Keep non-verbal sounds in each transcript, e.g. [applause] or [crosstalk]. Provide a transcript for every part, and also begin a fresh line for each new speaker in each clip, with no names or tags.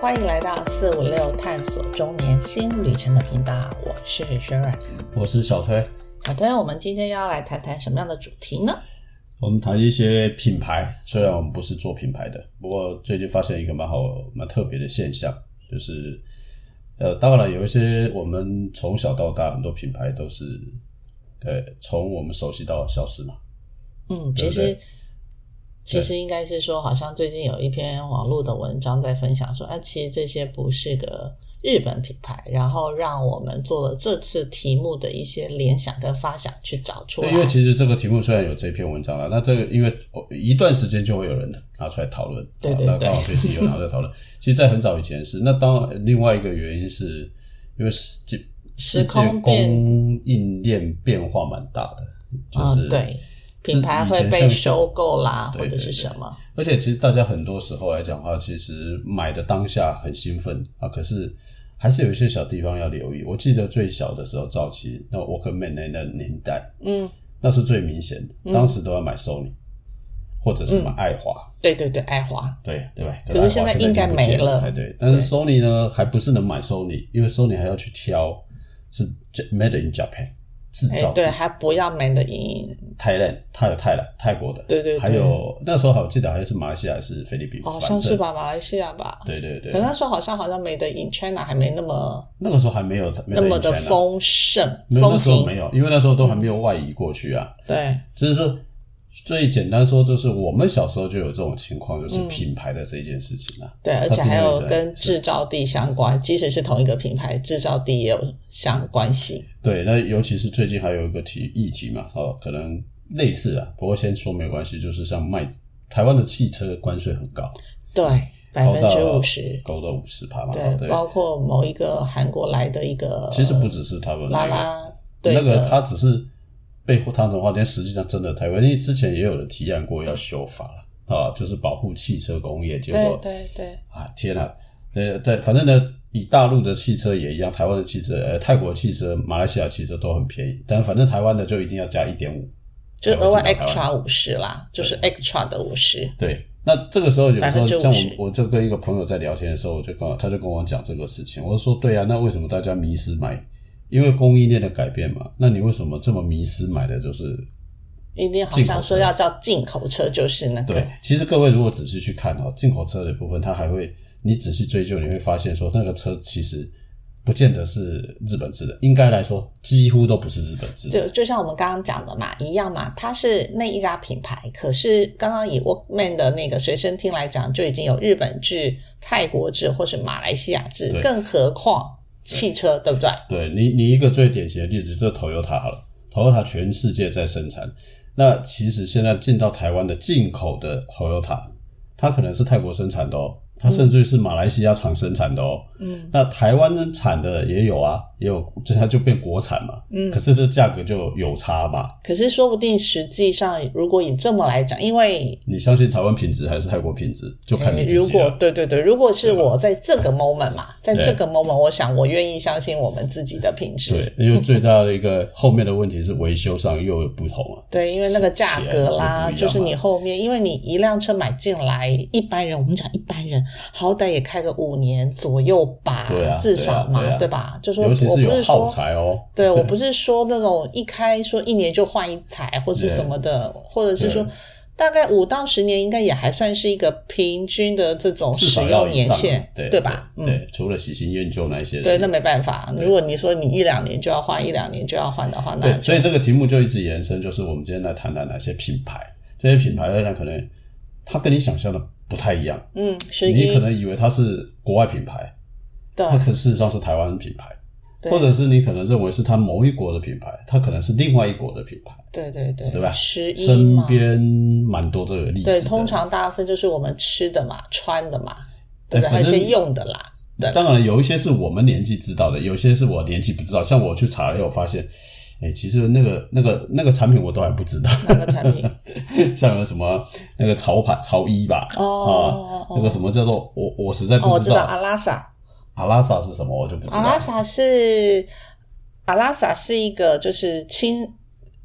欢迎来到四五六探索中年新旅程的频道，我是 Sharon。
我是小崔，
小推，我们今天要来谈谈什么样的主题呢？
我们谈一些品牌，虽然我们不是做品牌的，不过最近发现一个蛮好、蛮特别的现象，就是，呃，当然有一些我们从小到大很多品牌都是，呃，从我们熟悉到消失嘛。
嗯，
对
其
不
实
对
其实应该是说，好像最近有一篇网络的文章在分享说，哎、其实这些不是个日本品牌，然后让我们做了这次题目的一些联想跟发想去找出来。
对，因为其实这个题目虽然有这篇文章啊了，那这个因为哦一段时间就会有人拿出来讨论，
对
啊
对
那
对
刚好最近有拿出来讨论。其实，在很早以前是，那当然另外一个原因是因为世界
时
世界
空
供
变
应链变化蛮大的，就
啊、
是、
对，品牌会
以前
被
像
收购啦，
对
或者
对
是
对
什么？
而且其实大家很多时候来讲的话，其实买的当下很兴奋啊，可是还是有一些小地方要留意。我记得最小的时候，早期那 Walkman 那那年代，
嗯，
那是最明显的，当时都要买 Sony、或者是买爱华，
对对对，爱华。
对对吧？
可是现在应该没了
哎对，但是
对
Sony 呢，还不是能买 Sony，因为 Sony 还要去挑是 J- Made in Japan 制
哎、
造地
对，还不要美的音
泰兰，它有泰兰泰国的，
对对对
还有那时候好记得好像是马来西亚还是菲律宾，
好
反
像是
正？
吧，马来西亚吧。
对对对
可，那时候好像好像美的 in China 还没那么
那个时候还没有没
那
有
么的
internet 啊
丰盛
没有
风
那时候没
行，嗯
有，因为那时候都还没有外移过去啊。
对
就是说，最简单说，就是我们小时候就有这种情况，就是
嗯
品牌的这件事情啊。
对，而
它
且
真的
还有
是
跟制造地相关，即使是同一个品牌，制造地也有相关系。
对，那尤其是最近还有一个题议题嘛，哦，可能类似啊，不过先说没关系，就是像卖台湾的汽车关税很高，
对，百
高
分之
到
五十，
高到五十趴嘛。哦
对，
对，
包括某一个韩国来的一个，
其实不只是他们
拉
那个
拉队
那
的，
个它只是被当成话，但实际上真的台湾，因为之前也有人提案过要修法了啊，就是保护汽车工业，结
对
果
对对，
啊，天啊，呃，对，反正呢，以大陆的汽车也一样，台湾的汽车、呃，泰国汽车、马来西亚汽车都很便宜，但反正台湾的就一定要加一点五，
就
才会
额外
进到台湾
extra 五十啦，就是 extra 的五十。
对，那这个时候有时候
50%
像我，我就跟一个朋友在聊天的时候，我就跟他就跟我讲这个事情，我就说对啊，那为什么大家迷失买？因为供应链的改变嘛，那你为什么这么迷失买的就是
一定好
进口
像说
车
要叫进口车，就是那个
对，其实各位如果仔细去看哦，进口车的部分，它还会你仔细追究，你会发现说那个车其实不见得是日本制的，应该来说几乎都不是日本制的。
就就像我们刚刚讲的嘛，一样嘛，它是那一家品牌，可是刚刚以 Walkman 的那个随身听来讲，就已经有日本制、泰国制或是马来西亚制，
对
更何况汽车，对不对？
对你，你一个最典型的例子就是 Toyota 好了，Toyota 全世界在生产，那其实现在进到台湾的进口的 Toyota，它可能是泰国生产的哦，它甚至于是马来西亚厂生产的哦。
嗯，
那台湾产的也有啊，也有，这它就变国产嘛。
嗯
可是这价格就有差嘛。
可是说不定实际上，如果以这么来讲，因为
你相信台湾品质还是泰国品质，就看你自己了。
哎
啊
如果对对对，如果是
对吧
我在这个 moment 嘛，在
对
这个 moment，我想我愿意相信我们自己的品质。
对，因为最大的一个后面的问题是维修上又有不同啊了、
对，因为那个价格啦，
是是
就是
不一样嘛
你后面，因为你一辆车买进来，一般人我们讲一般人，好歹也开个五年左右吧，
对啊
至少嘛，
对啊对啊
吧？就说我
尤
不
其是有
是
耗
说，
材哦。
对我
[laughs]
不是说那种一开说一年就换一台或是什么的，或者是说
对
大概五到十年，应该也还算是一个平均的这种
至
哦使
少要
用
以
年
上
限，
对
吧？
对
嗯。
对除了喜新厌旧那一些人，
对，那没办法。
对
如果你说你一两年就要换，一两年就要换的话，那
对，所以这个题目就一直延伸，就是我们今天来谈谈哪些品牌，这些品牌来讲，可能它跟你想象的不太一样，
嗯，是
你
一
可能以为它是国外品牌，
对
它可事实上是台湾品牌，
对
或者是你可能认为是它某一国的品牌，它可能是另外一国的品牌。
对对对，
对吧
十一
身
嘛，
边蛮多这个例子的。
对，通常大部分就是我们吃的嘛、穿的嘛，对
对
不对？还有一
反正
些用的啦，
[laughs]
对
当然有一些是我们年纪知道的，有些是我年纪不知道。像我去查了以后发现，哎，其实那个那个那个产品我都还不知道，
哪
[laughs]
个产品？
啊像有什么那个潮牌潮衣吧，
哦
啊，那个什么叫做我我实在
哦，
不
我知道阿拉萨，
阿拉萨是什么，我就不知
阿
道。
拉萨是阿拉萨是一个就是亲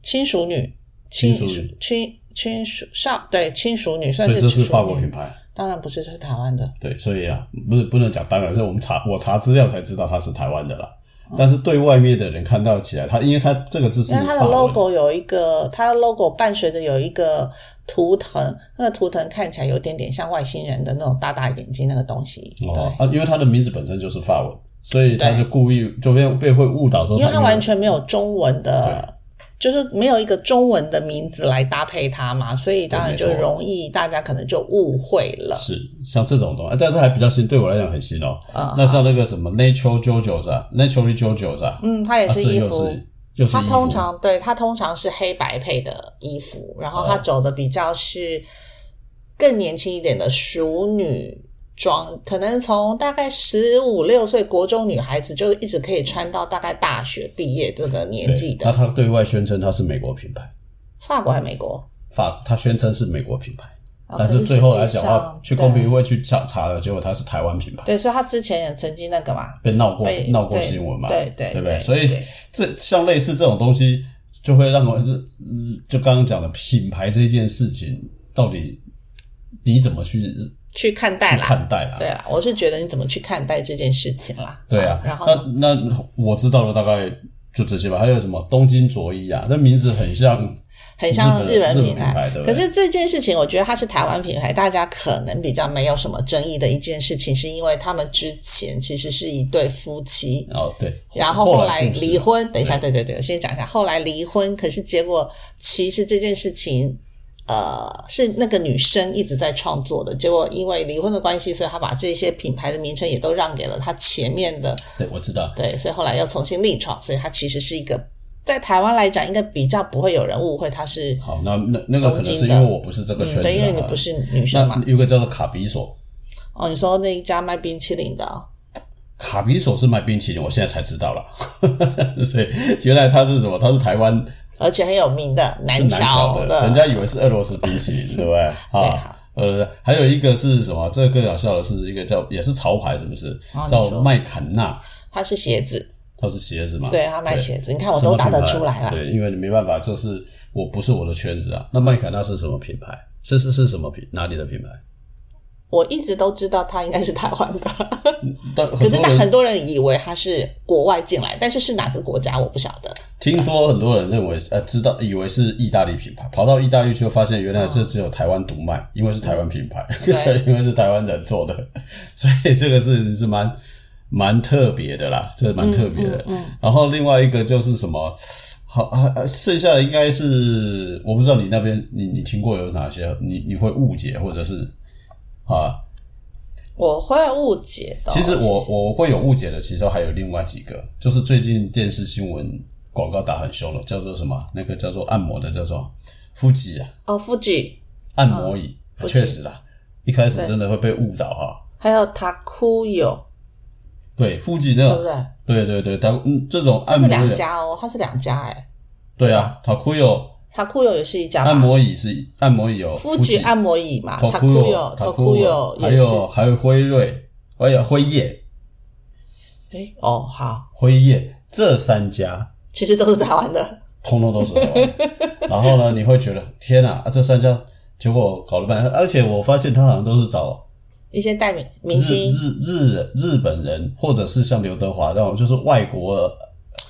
亲属女，亲
亲属女
亲亲属少对亲属女算
所以
是
这
亲
是法
属
国
女
品，牌，
当然不是是台湾的，
对，所以啊，不是不能讲当然，是我们查我查资料才知道它是台湾的啦。但是对外面的人看到起来，它因为它这个字是
哦因为它的
法文
logo 有一个，它的 logo 伴随着有一个图腾，那个图腾看起来有点点像外星人的那种大大眼睛那个东西，
哦
对，，
啊，因为它的名字本身就是法文，所以他
对
是故意就被被会误导说
因
它
为它完全没有中文的，就是没有一个中文的名字来搭配它嘛，所以当然就
对没错
容易大家可能就误会了。
是像这种东西，但是还比较新，对我来讲很新哦。
啊
那像那个什么 Natural JoJo's 啊，Naturally JoJo's 啊，
嗯，它也
啊
是
这
衣
又
服，
是又是
它
衣
通
服，
常对它通常是黑白配的衣服，然后它
哦
走的比较是更年轻一点的熟女装，可能从大概十五六岁国中女孩子就一直可以穿到大概大学毕业这个年纪
对，那
的。
他对外宣称它是美国品牌，
法国还是美国？
法他宣称是美国品牌，
啊
但
可
是
是
最后来
实
讲
际
的话
上，
去
对
公平会去查查了，结果它是台湾品牌。
对，所以他之前也曾经那个嘛，
被闹过
被
闹过
对
新闻嘛，
对对
不
对
对？所以
对
这像类似这种东西，就会让我就就刚刚讲的品牌这件事情，到底你怎么去
去看待
去
啦。
看待啦？
对啦，我是觉得你怎么去看待这件事情啦。
对啊，
然后呢
那那我知道了，大概就这些吧。还有什么东京着衣啊？那名字很像，
很像
日本
本品
日本品牌对不
可
对
是这件事情，我觉得它是台湾品牌，大家可能比较没有什么争议的一件事情，是因为他们之前其实是一对夫妻，
哦对，
然后
后
后来
故事
离婚。等一下，对对对，我先讲一下，后来离婚，可是结果其实这件事情。呃，是那个女生一直在创作的，结果因为离婚的关系，所以她把这些品牌的名称也都让给了她前面的
对，我知道。
对，所以后来又重新立创，所以它其实是一个在台湾来讲，应该比较不会有人误会它是，
好，那那那个可能是
东京
因
的
为我不是这个圈
嗯，
子的
对，因为你
啊
不是女生嘛
那。有个叫做卡比索，
哦，你说那一家卖冰淇淋的哦、
卡比索是卖冰淇淋，我现在才知道了。 [laughs] 所以原来它是什么？它是台湾
而且很有名的
是
南
南
桥
桥的，人家以为是俄罗斯冰淇淋，对
[laughs]
不对？啊
好，
呃，还有一个是什么？这个更搞笑的是一个叫也是潮牌，是不是
哦？你
叫
说
麦坎纳，
它是鞋子，
它是鞋子嘛？
对，它卖鞋子，你看我
什么
都答得
品牌
出来啊了。
对，因为你没办法，这是我不是我的圈子啊。那麦坎纳是什么品牌？是是是什么品？哪里的品牌？
我一直都知道它应该是台湾的，
但
可
[laughs] 很
是
多
但
人
很多人以为它是国外进来，但是是哪个国家我不晓得。
听说很多人认为，呃，知道以为是意大利品牌，跑到意大利去发现原来这只有台湾独卖，因为是台湾品牌， [laughs]
对
因为是台湾人做的， [laughs] 所以这个是是蛮蛮特别的啦，这个蛮特别的。然后另外一个就是什么，好，啊啊剩下的应该是我不知道你那边你你听过有哪些，你你会误解或者是啊，
我会误解的哦。
其实我我会有误解的，其中还有另外几个，就是最近电视新闻广告打很凶了，叫做什么？那个叫做按摩的叫做腹肌啊，
哦，Fuji
按摩椅，
嗯
啊
腹肌
确实啦，一开始
对
真的会被误导啊。
还有 Takuyo，
对，腹肌那
对不
种，
对？
对对对，它嗯这种
它
按
是
摩
两
椅，
家哦，它是两家哎、
对啊，塔库有
塔库友也是一家吧
按摩椅是按摩椅有
夫妻按摩椅嘛，塔库友、塔库友
还
也是。
有还有辉瑞，还有辉夜，
诶，哦，好，
辉夜这三家
其实都是台湾的。
通通都是台湾的。然后呢，你会觉得天哪、啊，这三家结果搞了半天，而且我发现他好像都是找
一些代名明
日
星
日日日本人，或者是像刘德华那种，就是外国。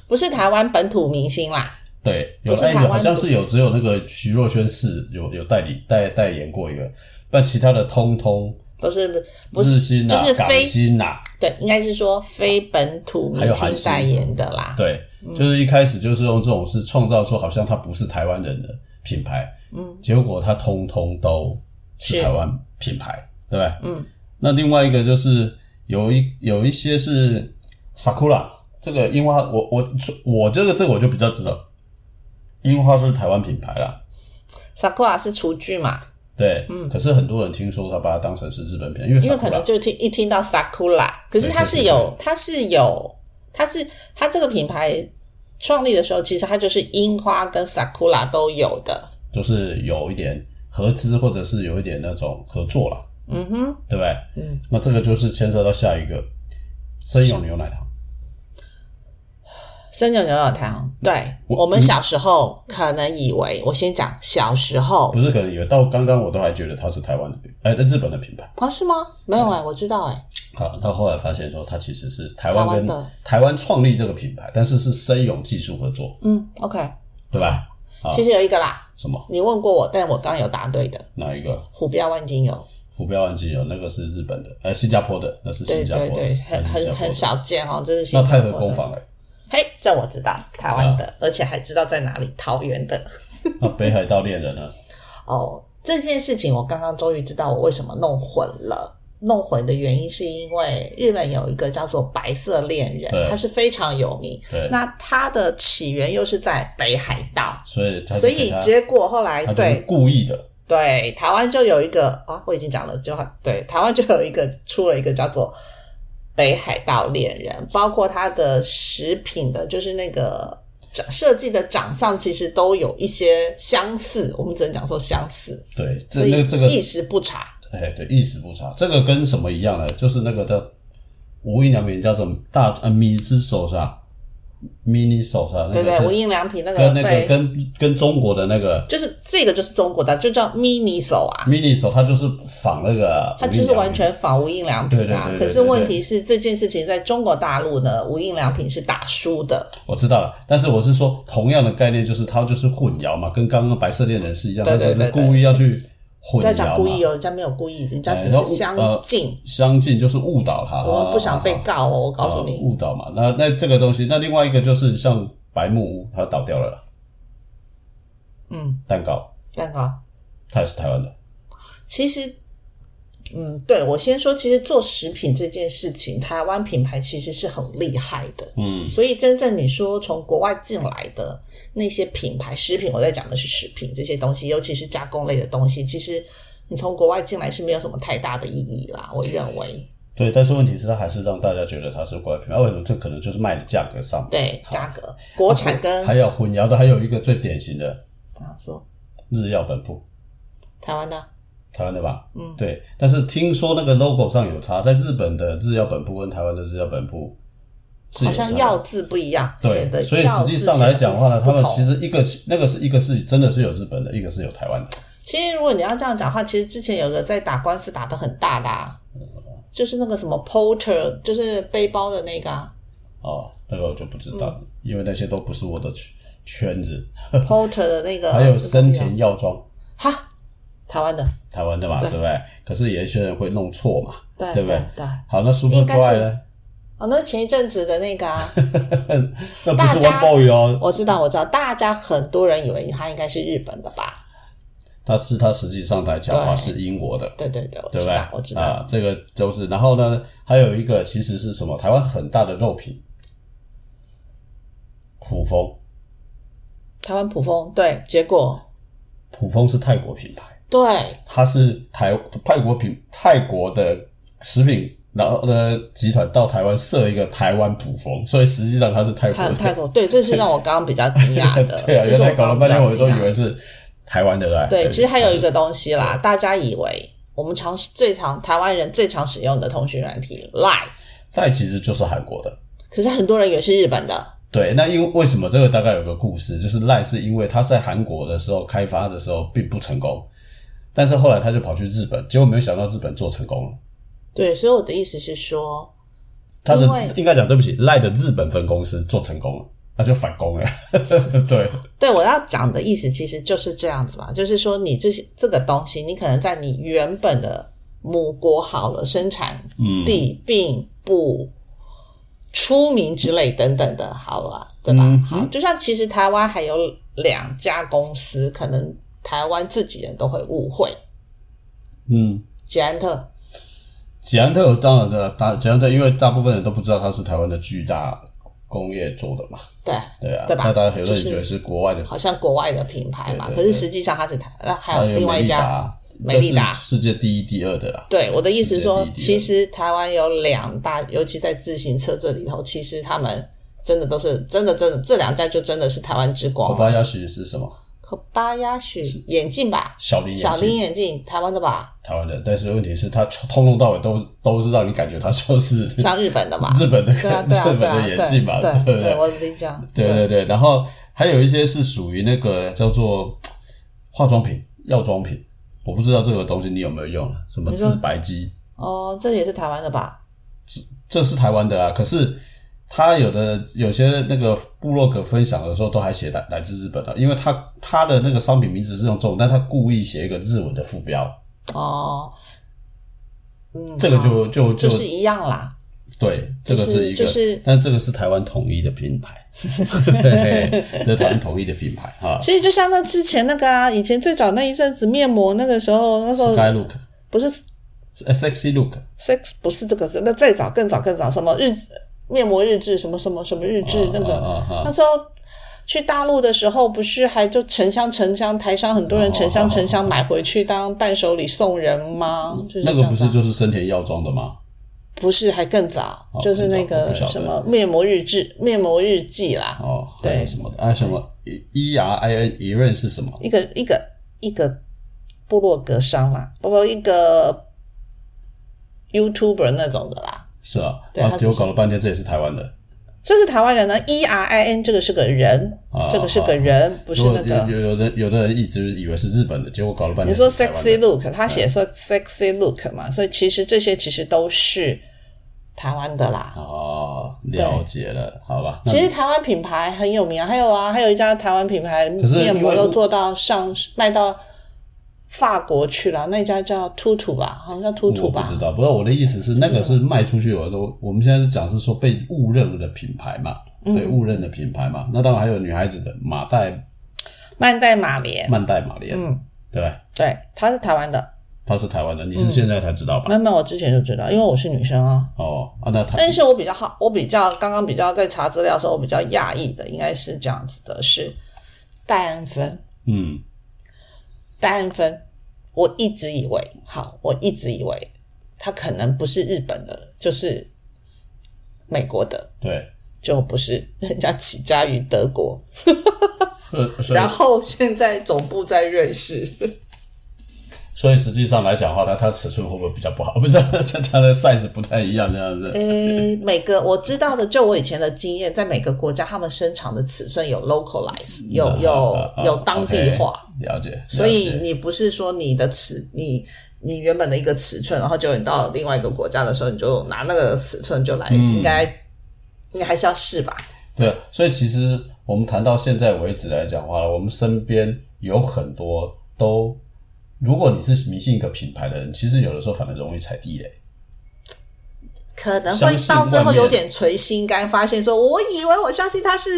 不是台湾本土明星啦，
对，有
不是
哎，
台湾
有好像是有，只有那个徐若瑄是有有代理代代言过一个，但其他的通通
不是不是
日新啊
就
呐、
是
港
非
星呐、
对，应该是说非本土
还
明
有
星
韩星
代言的啦。
对，就是一开始就是用这种是创造说好像它不是台湾人的品牌，嗯，结果它通通都是
是
台湾品牌，对不对？
嗯。
那另外一个就是有一有一些是 Sakura 这个樱花，我我我这个这个我就比较知道，樱花是台湾品牌啦，
Sakura 是厨具嘛，
对，嗯。可是很多人听说他把它当成是日本品牌，因为
因为可能
Sakura
就听一听到 Sakura，可是它是有它是有它是它这个品牌创立的时候，其实它就是樱花跟 Sakura 都有的。
就是有一点合资或者是有一点那种合作啦，
嗯哼，
对不对？
嗯，
那这个就是牵涉到下一个生永牛奶糖，
生牛牛肉汤，
嗯
对我们小时候可能以为，我先讲小时候
不是可能以为到刚刚我都还觉得它是台湾的品，哎，日本的品牌。
啊是吗？没有哎、我知道哎、
啊，到后来发现说它其实是台
台
湾
湾
跟
的
台湾创立这个品牌，但是是森永技术合作，
嗯，OK，
对吧？啊
其实有一个啦，
什么
你问过我，但我刚刚有答对的，
哪一个？
虎标万金油，
虎标万金油那个是日本的，呃，新加坡的，那是
对
新加坡
对
的，
对，很
那是新加
很
坡的
很。少见哦，这是新
那
加
太和
坡
工
的。
坊哎，
嘿，这我知道，台湾
啊
的，而且还知道在哪里，桃园的。
那北海道恋人呢？
哦，这件事情我刚刚终于知道我为什么弄混了。弄混的原因是因为日本有一个叫做白色恋人
对，
它是非常有名
对。
那它的起源又是在北海道，
所以他就
所
给
以
他
结果后来
他就是
对
故意的，
对台湾就有一个啊，我已经讲了，就对台湾就有一个出了一个叫做北海道恋人，包括它的食品的，就是那个长设计的长相，其实都有一些相似，我们只能讲说相似。
对，
所
这那
以
个这个
一时不察。
哎，对，意识不差。这个跟什么一样呢？就是那个的无印良品叫什么大呃米之手是吧？mini 手是吧？那
对
个
对，
是
无印良品那
跟
个
那个
对，
跟跟中国的那个
就是这个就是中国的，就叫 mini 手啊，
mini 手，它就是仿那个无
它
印良品，
就是完全仿无印良品啊。
对对对对对
可是问题是，这件事情在中国大陆呢，无印良品是打输的，
我知道了。但是我是说，同样的概念就是它就是混淆嘛，跟刚刚白色恋人是一样，
对
它
对
就
对
是
对
故意要去
不
混
要
淆
讲
嘛。
故意哦，人家没有故意，人家
哎
只
然
是
后
相
呃
近。
相近就是误导他，
我们不想被
啊
告哦，我告诉
呃
你，
误导嘛。那那这个东西，那另外一个就是像白木屋，它倒掉了啦，
嗯，
蛋糕
蛋糕。
它也是台湾的，
其实，嗯，对我先说，其实做食品这件事情，台湾品牌其实是很厉害的，
嗯，
所以真正你说从国外进来的那些品牌食品，我在讲的是食品这些东西，尤其是加工类的东西，其实你从国外进来是没有什么太大的意义啦，我认为，
对。但是问题是，它还是让大家觉得它是国外品牌，啊为什么？这可能就是卖的价格上面，
对价格、国产跟
还有混淆的，还有一个最典型的
他说
日药本铺，
台湾的
台湾的吧，嗯，对。但是听说那个 logo 上有差，在日本的日药本铺跟台湾的日药本铺是有
好
差
像
的
药字不一样，
对
显得，
所以
药
实
字
际上来讲的话
显
呢，
得
他
不
们
同
其实一个那个是一个是真的是有日本的，一个是有台湾的。
其实如果你要这样讲的话，其实之前有个在打官司打得很大的、啊，就是那个什么 Porter，就是背包的那个、
[laughs]
啊、
哦，那个我就不知道，
嗯
因为那些都不是我的圈圈子。
Porter 的那个，
还有森田药妆，
哈，台湾的，
台湾的嘛，对不对？可是有一些人会弄错嘛，
对
不
对
对？
对
好，那 Super
应该是
Dry 呢？
哦，那是前一阵子的那个啊，
[laughs] 那不
大
是
家
One Boy 哦，
我知道我知道，大家很多人以为它应该是日本的吧？
它是它实际上来讲的话
对
是英国的，
对对对，我
对
知
不
道
对？
我知道，
啊，这个都是。然后呢，还有一个其实是什么？台湾很大的肉品，普丰，
台湾普丰对，结果
普丰是泰国品牌。
对
它是台泰国品泰国的食品，然后呢集团到台湾设一个台湾普丰，所以实际上它是泰国
泰
[laughs] 的。
泰国对，这是让我刚刚比较惊讶的，
[laughs] 对啊，
这是
原来
我
搞
刚刚
了
比
半
较惊讶。
天，我都以为是台湾的来。
对，其实还有一个东西
[laughs]
啦，大家以为我们常最常台湾人最常使用的通讯软体 Line，
但其实就是韩国的。
可是很多人以为是日本的。
对，那因为为什么这个大概有个故事，就是赖是因为他在韩国的时候开发的时候并不成功，但是后来他就跑去日本，结果没有想到日本做成功了。
对，所以我的意思是说，
他的
因为
应该讲对不起，赖的日本分公司做成功了，那就反攻了。 [laughs] 对，
对我要讲的意思其实就是这样子嘛，就是说你这些这个东西，你可能在你原本的母国好了生产
嗯
地并不出名之类等等的，好了，对吧？
嗯
好，就像其实台湾还有两家公司，可能台湾自己人都会误会，
嗯。
捷安特
捷安特当然的，大捷安特，因为大部分人都不知道它是台湾的巨大工业做的嘛，
对
对啊，
对吧
那大家很多
就
人
是
觉得是国外的，
好像国外的品牌嘛，
对对
可是实际上它是台，那还有
有
另外一家。
美
美
利
利
达
达
这是世界第一、第二的啦。
对，我的意思是说
世界，第一
其实台湾有两大，尤其在自行车这里头，其实他们真的都是真的真的这两家就真的是台湾之光
口
了。
巴鸭其实是什么？
和巴亚许眼镜吧，
小林眼
小林
镜，
眼镜，台湾的吧，
台湾的，但是问题是它从头到尾都都是让你感觉它就是
像日本的
[laughs]
嘛，
日本的、
对啊，对啊，
日本
对啊，
的眼镜嘛，
对
不
对，我跟你讲，
对对对，然后还有一些是属于那个叫做化妆品、药妆品，我不知道这个东西你有没有用，啊什么
你说
自白剂，
哦，这也是台湾的吧？
这是台湾的啊，可是。它有的有些那个部落格分享的时候，都还写来来自日本的，啊因为它它的那个商品名字是用中文，但它故意写一个日文的副标，
哦，嗯，
这个
好
就就
就
就
是一样啦，
对，
就
这个
是
一
就
个，
是
但是这个是台湾统一的品牌，
[laughs]
对，这是台湾统一的品牌啊哈
其实就像那之前那个啊，以前最早那一阵子面膜那个时候，那时候
，Sky Look，
不是
呃，Sexy Look，
sex 不是这个字，那再早更早更早什么日面膜日志什么什么什么日志那个，
啊啊
那时候去大陆的时候不是还就成箱成箱，台商很多
啊
人成箱成箱买回去当伴手礼送人吗？就是
嗯那
这
个
样
不
子
是
啊。
就是森田药妆的吗？
不是，还更早，
哦
就是那
更早我
个
不晓得
什么面膜日志、面膜日记啦，
哦，
对
还有什么的？啊，什么 E R I N E R 是什么？
一个一个一个部落格商啦，不不，一个 YouTuber 那种的啦。
是啊，
对
啊
它，是
结果搞了半天，这也是台湾的。
这是台湾人呢，E R I N 这个是个人，
啊
这个是个人，不是
如果
那个。
有有有人有的人一直以为是日本的，结果搞了半天
你说
是台湾的哎
sexy look，他写说 sexy look 嘛，所以其实这些其实都是台湾的啦。
哦，了解了，好吧。那
其实台湾品牌很有名啊，还有啊，还有一家台湾品牌
是因为
面膜都做到上卖到法国去了，那家叫兔兔吧，好像叫兔兔
我不
吧，
知道，不过我的意思是，那个是卖出去，我都我们现在是讲是说被误认的品牌嘛，
嗯
对，误认的品牌嘛。那当然还有女孩子的马黛
曼黛玛莲，
曼黛玛莲，
嗯
对吧，
对，它是台湾的。
她是台湾的，你是现在才知道吧？
没有没有，我之前就知道，因为我是女生啊。
哦，啊，那她
但是我比较好，我比较刚刚比较在查资料的时候，我比较讶异的应该是这样子的是，戴安芬，
嗯。
戴安芬，我一直以为，好，我一直以为它可能不是日本的，就是美国的，
对，
就不是，人家起家于德国，
呃，所以
然后现在总部在瑞
[laughs]
士，
所以实际上来讲的话，它它尺寸会不会比较不好？ [laughs] 不是，它的 size 不太一样这样子。
诶，每个我知道的，就我以前的经验，在每个国家他们生产的尺寸有 localize，有
啊
有有当地化。
OK，了解。
所以
了解
你不是说你的尺，你你原本的一个尺寸，然后就你到另外一个国家的时候，你就拿那个尺寸就来，
嗯
应该你还是要试吧。
对，所以其实我们谈到现在为止来讲的话，我们身边有很多都，如果你是迷信一个品牌的人，其实有的时候反而容易踩地雷。
可能
相
会
信
到最后
外面
有点垂心肝，发现说，我以为我相信它是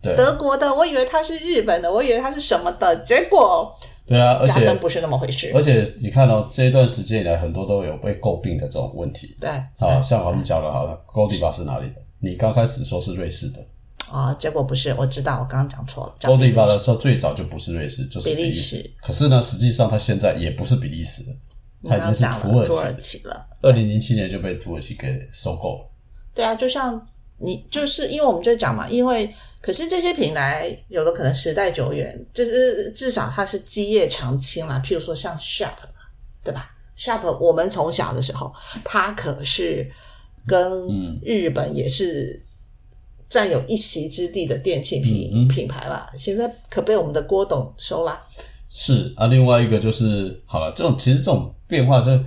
对，
德国的，我以为它是日本的，我以为它是什么的，结果
对啊，而
压根
且
不是那么回事。
而且你看哦，这一段时间以来，很多都有被诟病的这种问题。
对，
啊，像我们讲的，好了 g o d i v a 是哪里的？你刚开始说是瑞士的，
啊，结果不是，我知道，我刚刚讲错了。讲
欧地
比
巴
利
的
时
时候，最早就不是瑞士，就是利
比利时
可是呢，实际上它现在也不是比利时了，
我
它
刚
已经
刚讲
是土
了
耳
土耳
其。
其了。
二零零七年就被土耳其给收购了。
对啊，就像你就是因为我们就讲嘛，因为可是这些品牌有的可能时代久远，就是至少它是基业长青啦。譬如说像 Sharp，对吧？Sharp 我们从小的时候，它可是跟
嗯
日本也是占有一席之地的电器品、
嗯嗯
品牌吧。现在可被我们的郭董收啦。
是啊，另外一个就是好了，这种其实这种变化，就是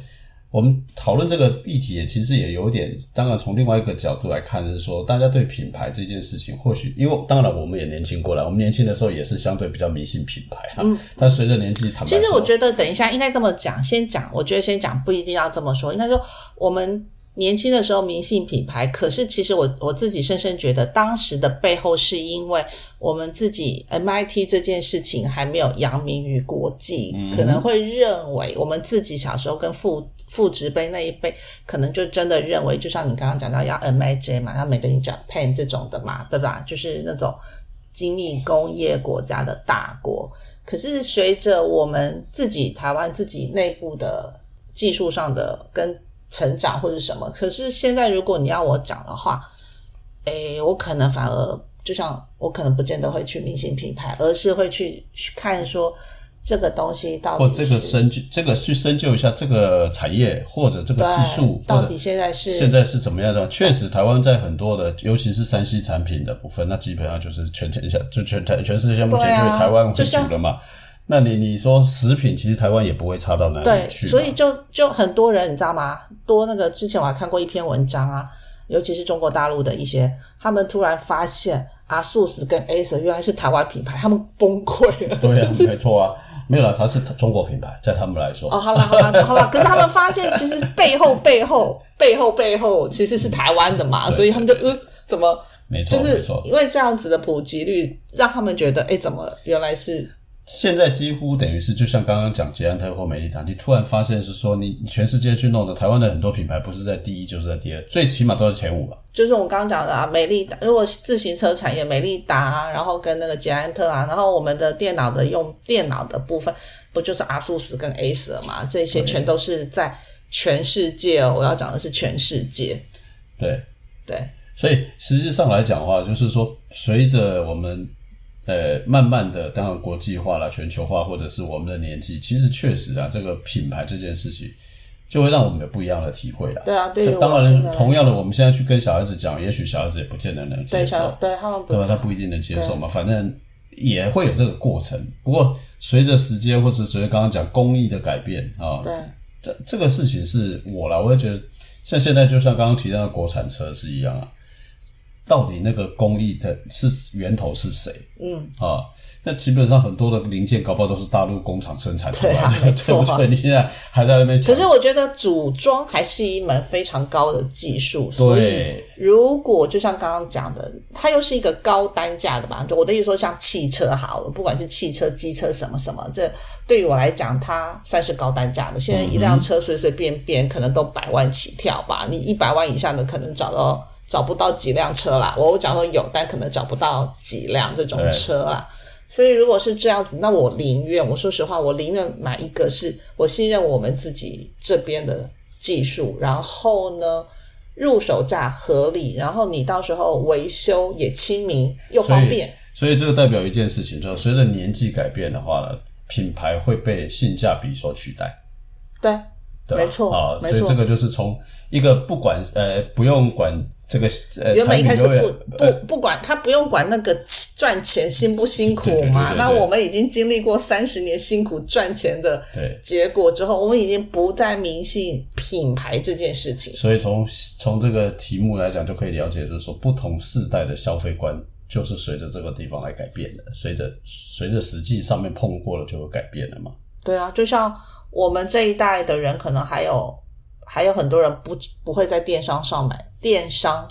我们讨论这个议题，也其实也有点，当然从另外一个角度来看，是说大家对品牌这件事情，或许因为当然我们也年轻过来，我们年轻的时候也是相对比较迷信品牌哈、但随着年纪，坦白
嗯其实我
说
觉得，等一下应该这么讲，先讲，我觉得先讲不一定要这么说，应该说我们年轻的时候迷信品牌，可是其实我我自己深深觉得，当时的背后是因为我们自己 MIT 这件事情还没有扬名于国际，
嗯
可能会认为我们自己小时候跟父父职辈那一辈，可能就真的认为，就像你刚刚讲到要 MIJ 嘛，要 Made in Japan 这种的嘛，对吧？就是那种精密工业国家的大国。可是随着我们自己台湾自己内部的技术上的跟成长或者什么，可是现在如果你要我讲的话，诶，我可能反而就像我可能不见得会去明星品牌，而是会去看说这个东西到
或
底
这
是
个深究，这个去深究一下这个产业或者这个技术，
对到
或者
底现在是
现在是怎么样的？确实，台湾在很多的，尤其是山西产品的部分，那基本上就是全天下，就全台全世界目前
对啊
就以台湾为
就
主
像
了嘛。那你你说食品，其实台湾也不会差到哪里
对，
去嘛。
所以就就很多人你知道吗？多那个之前我还看过一篇文章啊，尤其是中国大陆的一些，他们突然发现阿素斯跟 A s 原来是台湾品牌，他们崩溃了。
对啊，没错啊，没有啦，它是中国品牌，在他们来说，
哦，好啦好啦好啦，可是他们发现其实背后背后背后背后其实是台湾的嘛，
对
所以他们就呃怎么
没错，
就
没
是
错。
因为这样子的普及率，让他们觉得哎怎么原来是
现在几乎等于是，就像刚刚讲捷安特或美利达，你突然发现是说你，你全世界去弄的，台湾的很多品牌不是在第一就是在第二，最起码都是前五吧。
就是我刚刚讲的啊，美利达，如果是自行车产业，美利达、啊，然后跟那个捷安特啊，然后我们的电脑的用电脑的部分，不就是阿苏斯跟 A 十嘛？这些全都是在全世界哦，我要讲的是全世界，
对，
对
所以实际上来讲的话，就是说，随着我们呃慢慢的，当然国际化了、全球化，或者是我们的年纪，其实确实啊，这个品牌这件事情，就会让我们有不一样的体会了。
对啊，对于
这当
我现在
然，同样的，我们现在去跟小孩子讲，也许小孩子也不见得能接
对小
受，
对他们不
对吧？他不一定能接受嘛，反正也会有这个过程。不过，随着时间，或是随着刚刚讲工艺的改变啊，
对
这这个事情是我啦，我会觉得像现在就像刚刚提到的国产车是一样啊，到底那个工艺的是源头是谁？
嗯
啊，那基本上很多的零件搞不好都是大陆工厂生产出来
对啊
[laughs] 的，
没
对
错
不对？你现在还在那边
可
讲，
是我觉得组装还是一门非常高的技术，所以
对
如果就像刚刚讲的，它又是一个高单价的吧？就我的意思说，像汽车好了，不管是汽车、机车什么什么，这对于我来讲，它算是高单价的。现在一辆车随随便便可能都百万起跳吧，你一百万以上的可能找到找不到几辆车啦。我我讲说有，但可能找不到几辆这种
对
车啦。所以如果是这样子，那我宁愿我说实话，我宁愿买一个是我信任我们自己这边的技术，然后呢，入手价合理，然后你到时候维修也亲民又
所
方
以
便。
所以这个代表一件事情，就是随着年纪改变的话呢，品牌会被性价比所取代。
对，
对吧
没错
啊，
没
所以
错
这个就是从一个不管呃不用管这个呃
原本
产
一
品
开始
优越
不
呃
不不管他不用管那个赚钱辛不辛苦嘛，
对对对对对
那我们已经经历过三十年辛苦赚钱的
对
结果之后，我们已经不再迷信品牌这件事情。
所以从从这个题目来讲，就可以了解，就是说不同世代的消费观就是随着这个地方来改变的，随着随着实际上面碰过了就会改变了嘛。
对啊，就像我们这一代的人，可能还有还有很多人不不会在电商上买电商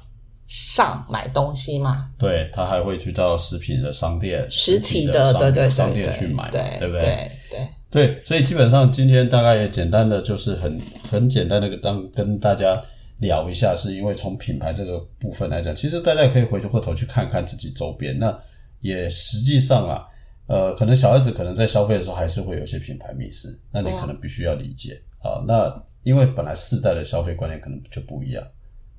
上买东西嘛，
对他还会去到实品的商店、
实体的
的商
对对对
商店
对
去买嘛，
对
对不
对对
对，所以基本上今天大概也简单的就是很很简单的让跟大家聊一下，是因为从品牌这个部分来讲，其实大家可以回过头去看看自己周边，那也实际上啊，呃，可能小孩子可能在消费的时候还是会有一些品牌迷失，那你
对啊
可能必须要理解啊。那因为本来世代的消费观念可能就不一样，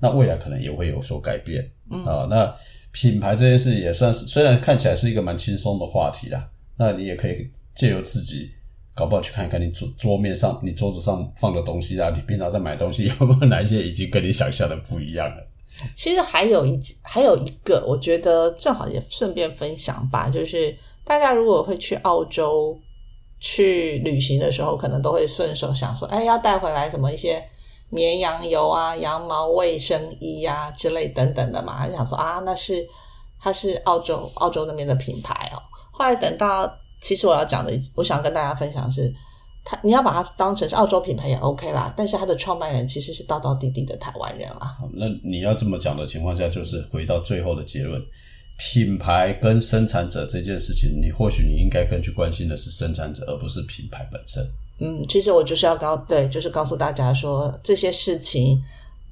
那未来可能也会有所改变。啊，那品牌这件事也算是，虽然看起来是一个蛮轻松的话题啦，那你也可以借由自己，搞不好去看一看你桌桌面上、你桌子上放的东西啊，你平常在买东西有没有哪一些已经跟你想象的不一样了？
其实还有一还有一个，我觉得正好也顺便分享吧，就是大家如果会去澳洲去旅行的时候，可能都会顺手想说，哎，要带回来什么一些绵羊油啊、羊毛卫生衣啊之类等等的嘛，就想说啊，那是它是澳洲澳洲那边的品牌哦。后来等到，其实我要讲的，我想跟大家分享的是。它你要把它当成是澳洲品牌也 OK 啦，但是它的创办人其实是道道地地的台湾人啦。
好那你要这么讲的情况下，就是回到最后的结论。品牌跟生产者这件事情，你或许你应该更去关心的是生产者，而不是品牌本身。
嗯，其实我就是要告对，就是告诉大家说这些事情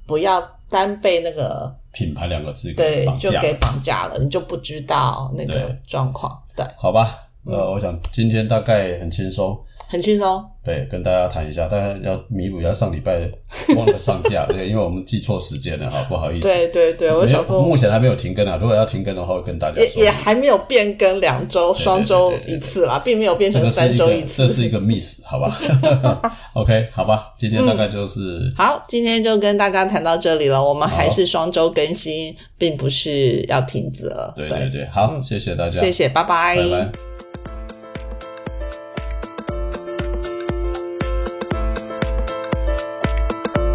不要单被那个
品牌两个字给
对
绑
就
架
给绑架了，你就不知道那个
对
状况。对，
好吧，呃，我想今天大概很轻松，
很轻松。
对，跟大家谈一下，大家要弥补一下上礼拜忘了上架， [laughs] 对，因为我们记错时间了哈，不好意思。
对对对，我
没有
想说
目前还没有停更啊，如果要停更的话，会跟大家
也
说。
也还没有变更两周、
对
双周
对对对
一次啦，并没有变
这
成
个是
三
一
周
个
一，次。
这是一个 miss，好吧 [laughs] ？OK，好吧，今天大概就是
好，今天就跟大家谈到这里了。我们还
好
是双周更新，并不是要停止了。
对对对，好，谢谢大
嗯
家，
谢谢，拜
拜拜。